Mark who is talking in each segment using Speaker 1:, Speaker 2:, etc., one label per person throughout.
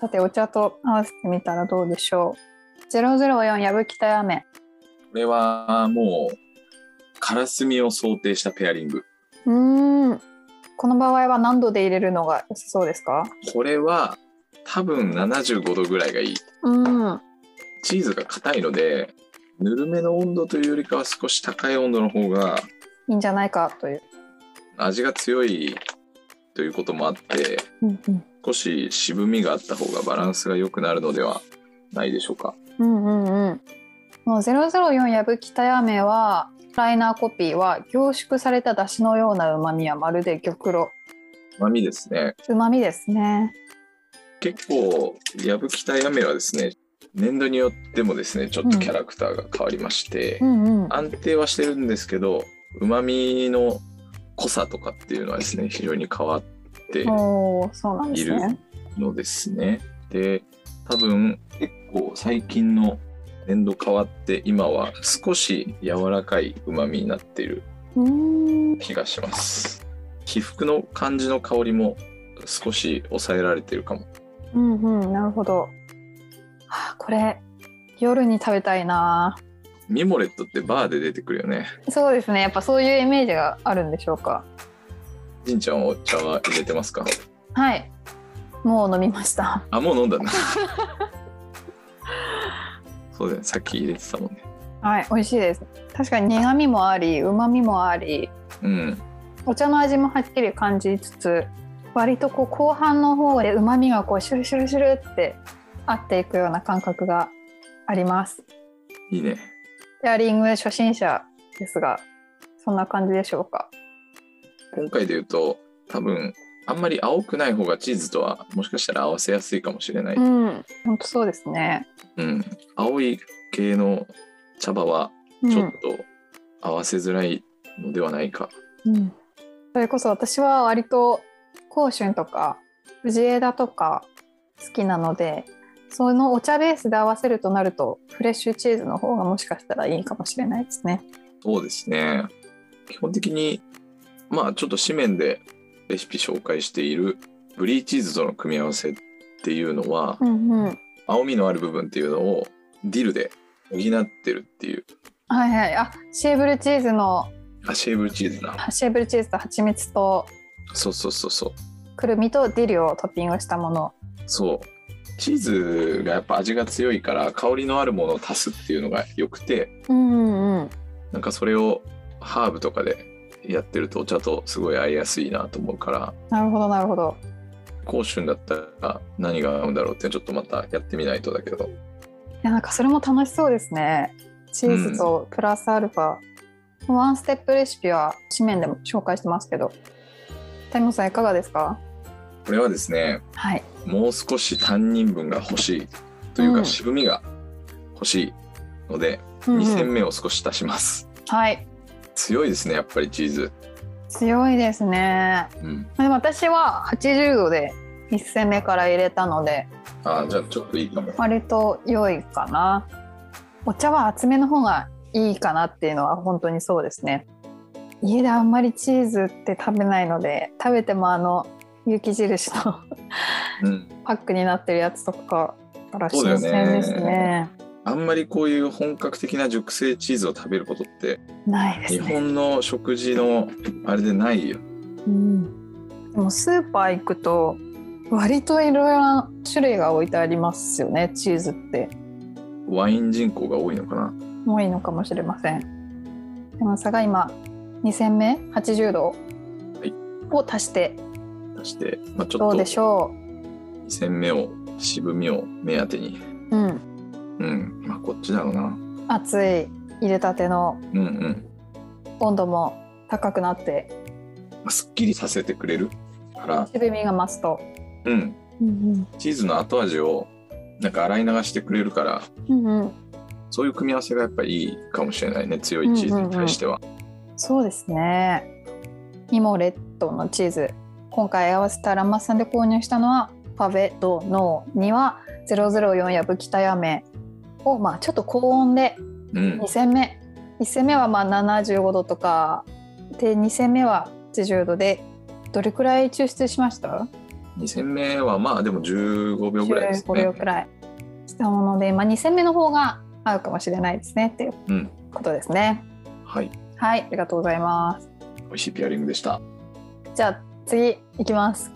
Speaker 1: さてお茶と合わせてみたらどうでしょう004やぶきたやめ
Speaker 2: これはもうからすみを想定したペアリング
Speaker 1: うーんこの場合は何度で入れるのが良さそうですか
Speaker 2: これは多分75度ぐらいがいい
Speaker 1: うん
Speaker 2: チーズが硬いのでぬるめの温度というよりかは少し高い温度の方が
Speaker 1: いいんじゃないかという、
Speaker 2: 味が強いということもあって
Speaker 1: うんうん、
Speaker 2: 少し渋みがあった方がバランスが良くなるのではないでしょうか
Speaker 1: うんうんうん。この004やぶきたやめはライナーコピーは凝縮された出汁のような旨味はまるで玉露
Speaker 2: うまみですね
Speaker 1: 旨味ですね。
Speaker 2: 結構矢吹たやめはですね年度によってもですねちょっとキャラクターが変わりまして、
Speaker 1: んうん。
Speaker 2: 安定はしてるんですけどうまみの濃さとかっていうのはですね非常に変わって
Speaker 1: おお、そうなんですね。
Speaker 2: のですねで多分結構最近の年度変わって今は少し柔らかいうまみになっている
Speaker 1: うーん。
Speaker 2: 気がします起伏の感じの香りも少し抑えられてるかも
Speaker 1: うんうん。なるほど。はあ、これ夜に食べたいな。
Speaker 2: ミモレットってバーで出てくるよね
Speaker 1: そうですね。やっぱそういうイメージがあるんでしょうか。
Speaker 2: じんちゃんはお茶は入れてますか
Speaker 1: はい。もう飲みました。
Speaker 2: あもう飲んだんだそうだよねさっき入れてたもんね
Speaker 1: はい、美味しいです。確かに苦味もあり、旨味もあり、
Speaker 2: うん
Speaker 1: お茶の味もはっきり感じつつ割とこう後半の方でうまみがこうシュルシュルシュルって合っていくような感覚があります
Speaker 2: いいね
Speaker 1: ペアリング初心者ですがそんな感じでしょうか
Speaker 2: 今回で言うと多分あんまり青くない方がチーズとはもしかしたら合わせやすいかもしれない、うん
Speaker 1: ん本当そうですね
Speaker 2: 青い系の茶葉は
Speaker 1: うん
Speaker 2: ちょっと合わせづらいのではないか、
Speaker 1: うん、それこそ私は割と甲春とか藤枝とか好きなのでそのお茶ベースで合わせるとなるとフレッシュチーズの方がもしかしたらいいかもしれないですね。
Speaker 2: そうですね基本的にまあちょっと紙面でレシピ紹介しているブリーチーズとの組み合わせっていうのは、
Speaker 1: うんうん、
Speaker 2: 青みのある部分っていうのをディルで補ってるっていう
Speaker 1: はいはい、あシェーブルチーズの
Speaker 2: あシェーブルチーズだ
Speaker 1: あシェーブルチーズと蜂蜜と
Speaker 2: そうそうそうそう
Speaker 1: くるみとディルをトッピングしたもの
Speaker 2: そうチーズがやっぱ味が強いから香りのあるものを足すっていうのが良くて
Speaker 1: うんうん
Speaker 2: なんかそれをハーブとかでやってるとお茶とすごい合いやすいなと思うから
Speaker 1: なるほどなるほど
Speaker 2: 甲春だったら何が合うんだろうってちょっとまたやってみないとだけど
Speaker 1: いやなんかそれも楽しそうですねチーズとプラスアルファ、ワンステップレシピは紙面でも紹介してますけど谷本さんいかがですか
Speaker 2: これはですね
Speaker 1: はい
Speaker 2: もう少し担任分が欲しいという
Speaker 1: う
Speaker 2: か
Speaker 1: ん
Speaker 2: 渋みが欲しいので
Speaker 1: うんうん
Speaker 2: 2戦目を少し足します
Speaker 1: はい
Speaker 2: 強いですねやっぱりチーズ
Speaker 1: 強いですね
Speaker 2: うん
Speaker 1: でも私は80度で1戦目から入れたので
Speaker 2: あーじゃあちょっといいかも
Speaker 1: 割と良いかなお茶は厚めの方がいいかなっていうのは本当にそうですね家であんまりチーズって食べないので食べてもあの雪印の
Speaker 2: うん
Speaker 1: パックになってるやつとかから
Speaker 2: そう
Speaker 1: 新
Speaker 2: だよ
Speaker 1: 鮮で
Speaker 2: ね
Speaker 1: すね
Speaker 2: あんまりこういう本格的な熟成チーズを食べることって
Speaker 1: ないで
Speaker 2: 日
Speaker 1: すね、
Speaker 2: 本の食事のあれでないよ。
Speaker 1: うん、でもスーパー行くと割といろいろな種類が置いてありますよねチーズって
Speaker 2: ワイン人口が多いのかな。
Speaker 1: 多いのかもしれません。でも差が今2戦目80度
Speaker 2: い
Speaker 1: を足して
Speaker 2: そして、まあ、ちょ
Speaker 1: ど
Speaker 2: っ
Speaker 1: う
Speaker 2: と
Speaker 1: でしょ
Speaker 2: 2戦目を渋みを目当てに。
Speaker 1: う。うん、
Speaker 2: うん。まあこっちだろうな。
Speaker 1: 熱い入れたての
Speaker 2: うんうん。
Speaker 1: 温度も高くなって
Speaker 2: まあすっきりさせてくれるから、
Speaker 1: 渋みが増すと。
Speaker 2: うん。
Speaker 1: うん
Speaker 2: チーズの後味をなんか洗い流してくれるから、
Speaker 1: うんうんうん、
Speaker 2: そういう組み合わせがやっぱいいかもしれないね。強いチーズに対しては。
Speaker 1: そうですね。ミモレットのチーズ今回合わせたランマスさんで購入したのはパフェドノーには004やブキタヤメを、まあ、ちょっと高温で
Speaker 2: うん
Speaker 1: 2。戦目1戦目はまあ75度とかで2戦目は80度でどれくらい抽出しました
Speaker 2: 2煎目はまあでも15秒ぐらいです
Speaker 1: 15
Speaker 2: ね
Speaker 1: 秒。くらいしたもので、まあ、2戦目の方が合うかもしれないですねっていう
Speaker 2: うん。
Speaker 1: ことですね。
Speaker 2: はい。
Speaker 1: はい、ありがとうございます。
Speaker 2: 美味しいピアリングでした。
Speaker 1: じゃあ次いきます。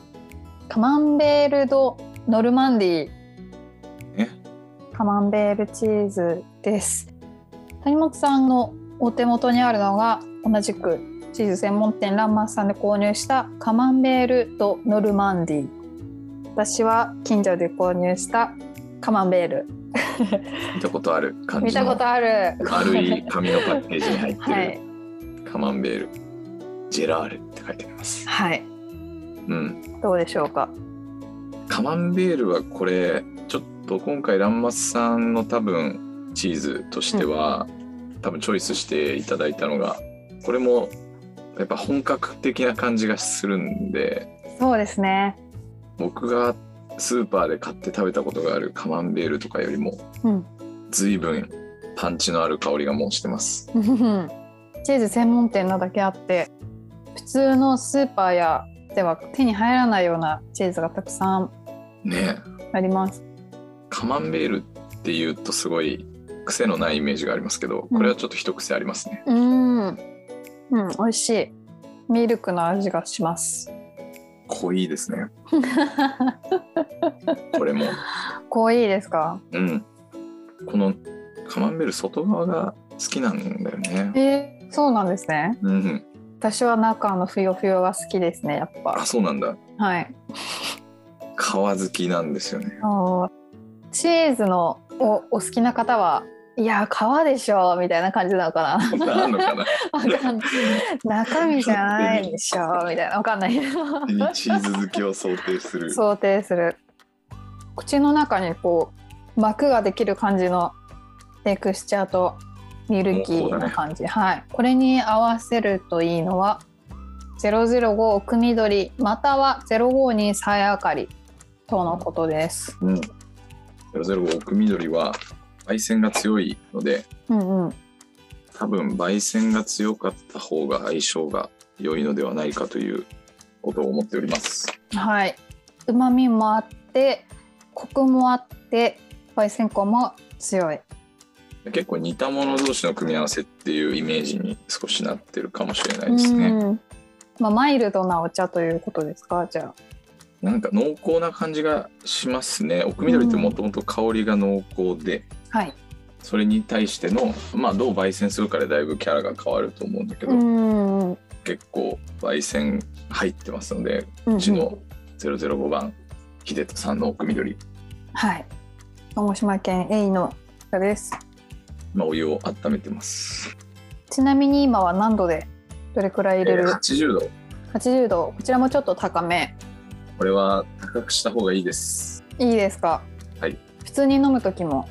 Speaker 1: カマンベールドノルマンディ
Speaker 2: ね。
Speaker 1: カマンベールチーズです。谷本さんのお手元にあるのが同じくチーズ専門店ランマスさんで購入したカマンベールドノルマンディ。私は近所で購入したカマンベール。
Speaker 2: 見たことある感
Speaker 1: 見
Speaker 2: じ
Speaker 1: た
Speaker 2: の
Speaker 1: ことある。
Speaker 2: 丸い紙のパッケージに入ってる、
Speaker 1: はい、
Speaker 2: カマンベールジェラールって書いてあります。
Speaker 1: はい、
Speaker 2: うん。
Speaker 1: どうでしょうか。
Speaker 2: カマンベールはこれちょっと今回ランマスさんの多分チーズとしては、多分チョイスしていただいたのがこれもやっぱ本格的な感じがするんで
Speaker 1: そうですね。
Speaker 2: 僕がスーパーで買って食べたことがあるカマンベールとかよりも
Speaker 1: うん、
Speaker 2: 随分パンチのある香りがもうしてます。
Speaker 1: チーズ専門店なだけあって、普通のスーパーやでは手に入らないようなチーズがたくさん
Speaker 2: ね
Speaker 1: あります。
Speaker 2: えカマンベールっていうとすごい癖のないイメージがありますけどこれはちょっと一癖ありますね。
Speaker 1: うん、うん、美味しい。ミルクの味がし ます。
Speaker 2: 濃いですねこれも。
Speaker 1: 濃いですか。
Speaker 2: うん、このカマンベール外側が好きなんだよね。
Speaker 1: えー、そうなんですね。
Speaker 2: うん、
Speaker 1: 私は中のふよふよが好きですね。やっぱ
Speaker 2: あ。そうなんだ
Speaker 1: はい。
Speaker 2: 皮好きなんですよ ね。
Speaker 1: あのチーズのおお好きな方はいや皮でしょみたいな感じなのかな
Speaker 2: そんなあんのかな
Speaker 1: わかんない中身じゃないでしょみたいなわかんないけど
Speaker 2: チーズ好きを想定する。
Speaker 1: 想定する口の中にこう膜ができる感じのテクスチャーとミルキーな感じ、はいこれに合わせるといいのは005奥緑または052さえあかりとのことです。
Speaker 2: うん、005奥緑は焙煎が強いので
Speaker 1: うんうん、
Speaker 2: 多分焙煎が強かった方が相性が良いのではないかということを思っております。
Speaker 1: はい。旨味もあって、コクもあって、焙煎香も強い。
Speaker 2: 結構似たもの同士の組み合わせっていうイメージに少しなってるかもしれないですね。
Speaker 1: うんまあマイルドなお茶ということですか、じゃあ。
Speaker 2: なんか濃厚な感じがしますね。奥緑ってもともと香りが濃厚で、
Speaker 1: はい。
Speaker 2: それに対しての、まあどう焙煎するかでだいぶキャラが変わると思うんだけど、
Speaker 1: ん。う
Speaker 2: 結構焙煎入ってますので、
Speaker 1: ん
Speaker 2: うちの005番、秀人さんの奥緑、
Speaker 1: はい。鹿児島県エイのお茶です。
Speaker 2: まあお湯を温めてます。
Speaker 1: ちなみに今は何度でどれくらい入れる
Speaker 2: えー、80度。
Speaker 1: ?80 度。こちらもちょっと高め。
Speaker 2: これは高くした方がいいです。
Speaker 1: いいですか
Speaker 2: はい。
Speaker 1: 普通に飲む時も。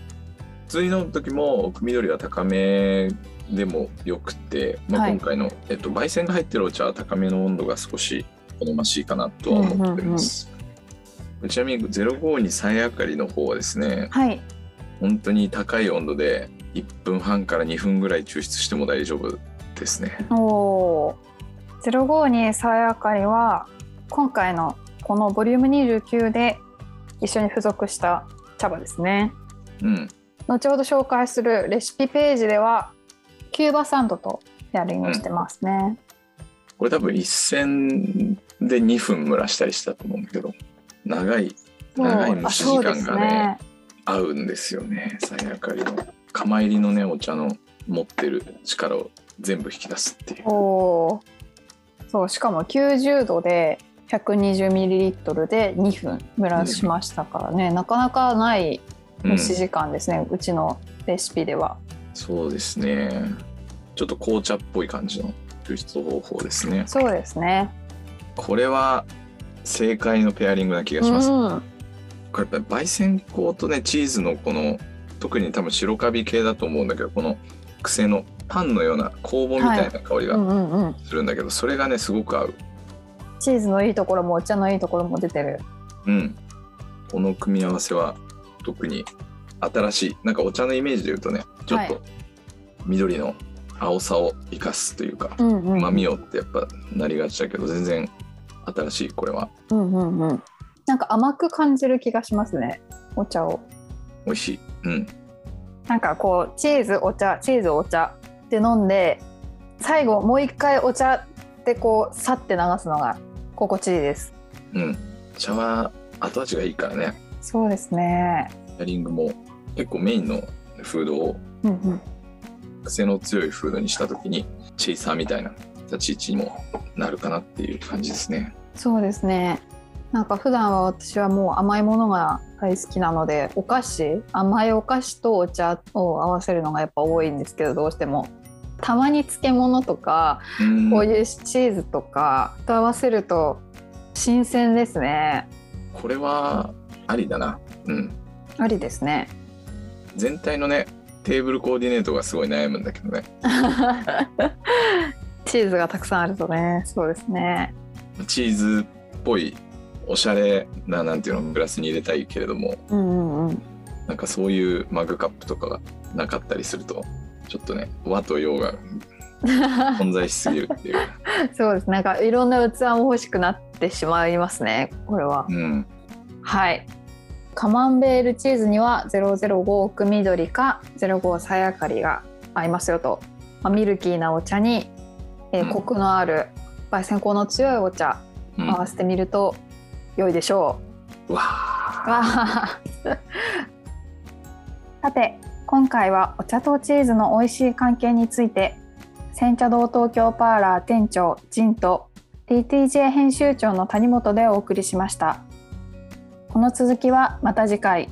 Speaker 2: 普通に飲む時も奥緑は高めでもよくて、ま
Speaker 1: は
Speaker 2: あ、
Speaker 1: い
Speaker 2: 今回の、えっと、焙煎が入ってるお茶は高めの温度が少し好ましいかなとは思ってます、ちなみに052さえあかりの方はですね
Speaker 1: はい。
Speaker 2: 本当に高い温度で1分半から2分ぐらい抽出しても大丈夫ですね
Speaker 1: おお。ゼロ五にさやかりは今回のこのボリューム29で一緒に付属した茶葉ですね。
Speaker 2: うん
Speaker 1: 後ほど紹介するレシピページではキューバサンドとペアリングしてますね。
Speaker 2: これ多分一煎で2分蒸らしたりしたと思うんだけど長い
Speaker 1: もう
Speaker 2: 長い
Speaker 1: あ
Speaker 2: 蒸し
Speaker 1: そう
Speaker 2: 時
Speaker 1: で
Speaker 2: 間
Speaker 1: す
Speaker 2: がね。合うんですよねさやかりの釜入りのねお茶の持ってる力を全部引き出すっていう
Speaker 1: おおー。そうしかも90度で120ミリリットルで2分蒸らしましたからね、なかなかない
Speaker 2: う
Speaker 1: 蒸
Speaker 2: ん
Speaker 1: し時間ですね、うちのレシピでは。
Speaker 2: そうですねちょっと紅茶っぽい感じの抽出方法ですね
Speaker 1: そうですね。
Speaker 2: これは正解のペアリングな気がします、
Speaker 1: うん、
Speaker 2: これやっぱり焙煎香とねチーズのこの特に多分白カビ系だと思うんだけどこの癖のパンのような酵母みたいな香り
Speaker 1: うん
Speaker 2: が
Speaker 1: うんうん。
Speaker 2: するんだけど、それがねすごく合う
Speaker 1: チーズのいいところもお茶のいいところも出てる。
Speaker 2: うん、この組み合わせは特に新しいなんかお茶のイメージで言うとねちょっ
Speaker 1: は
Speaker 2: と緑の青さを生かすというか
Speaker 1: うんうん
Speaker 2: うまみ、をってやっぱなりがちだけど全然新しいこれは
Speaker 1: うんうんうん。なんか甘く感じる気がしますねお茶を
Speaker 2: 美味しい。うん。
Speaker 1: なんかこうチーズお茶チーズお茶って飲んで最後もう一回お茶ってこうさって流すのが心地いいです
Speaker 2: うん。茶は後味がいいからね。
Speaker 1: そうですね
Speaker 2: ヒアリングも結構メインのフードを
Speaker 1: うんうん
Speaker 2: 癖の強いフードにした時にチェイサーみたいな立ち位置にもなるかなっていう感じですね。
Speaker 1: そうですねなんか普段は私はもう甘いものが大好きなのでお菓子甘いお菓子とお茶を合わせるのがやっぱ多いんですけどどうしてもたまに漬物とか
Speaker 2: うん
Speaker 1: こういうチーズとかと合わせると新鮮ですね
Speaker 2: これはありだな。うん。
Speaker 1: ありですね
Speaker 2: 全体のねテーブルコーディネートがすごい悩むんだけどね。
Speaker 1: チーズがたくさんあるとねそうですね
Speaker 2: チーズっぽいおしゃれななんていうのグラスに入れたいけれども
Speaker 1: うんうんうん
Speaker 2: なんかそういうマグカップとかがなかったりするとちょっとね和と洋が混在しすぎるっていう。
Speaker 1: そうですなんかいろんな器も欲しくなってしまいますねこれは
Speaker 2: うん。
Speaker 1: はい。カマンベールチーズには005奥緑か05さやかりが合いますよと、まあミルキーなお茶に、えー
Speaker 2: うん
Speaker 1: コクのある焙煎香の強いお茶
Speaker 2: うん、
Speaker 1: 合
Speaker 2: わ
Speaker 1: わせてみると良いでしょ う。
Speaker 2: あ。
Speaker 1: わあさて今回はお茶とチーズの美味しい関係について煎茶堂東京パーラー店長陣と DTJ 編集長の谷本でお送りしましたこの続きはまた次回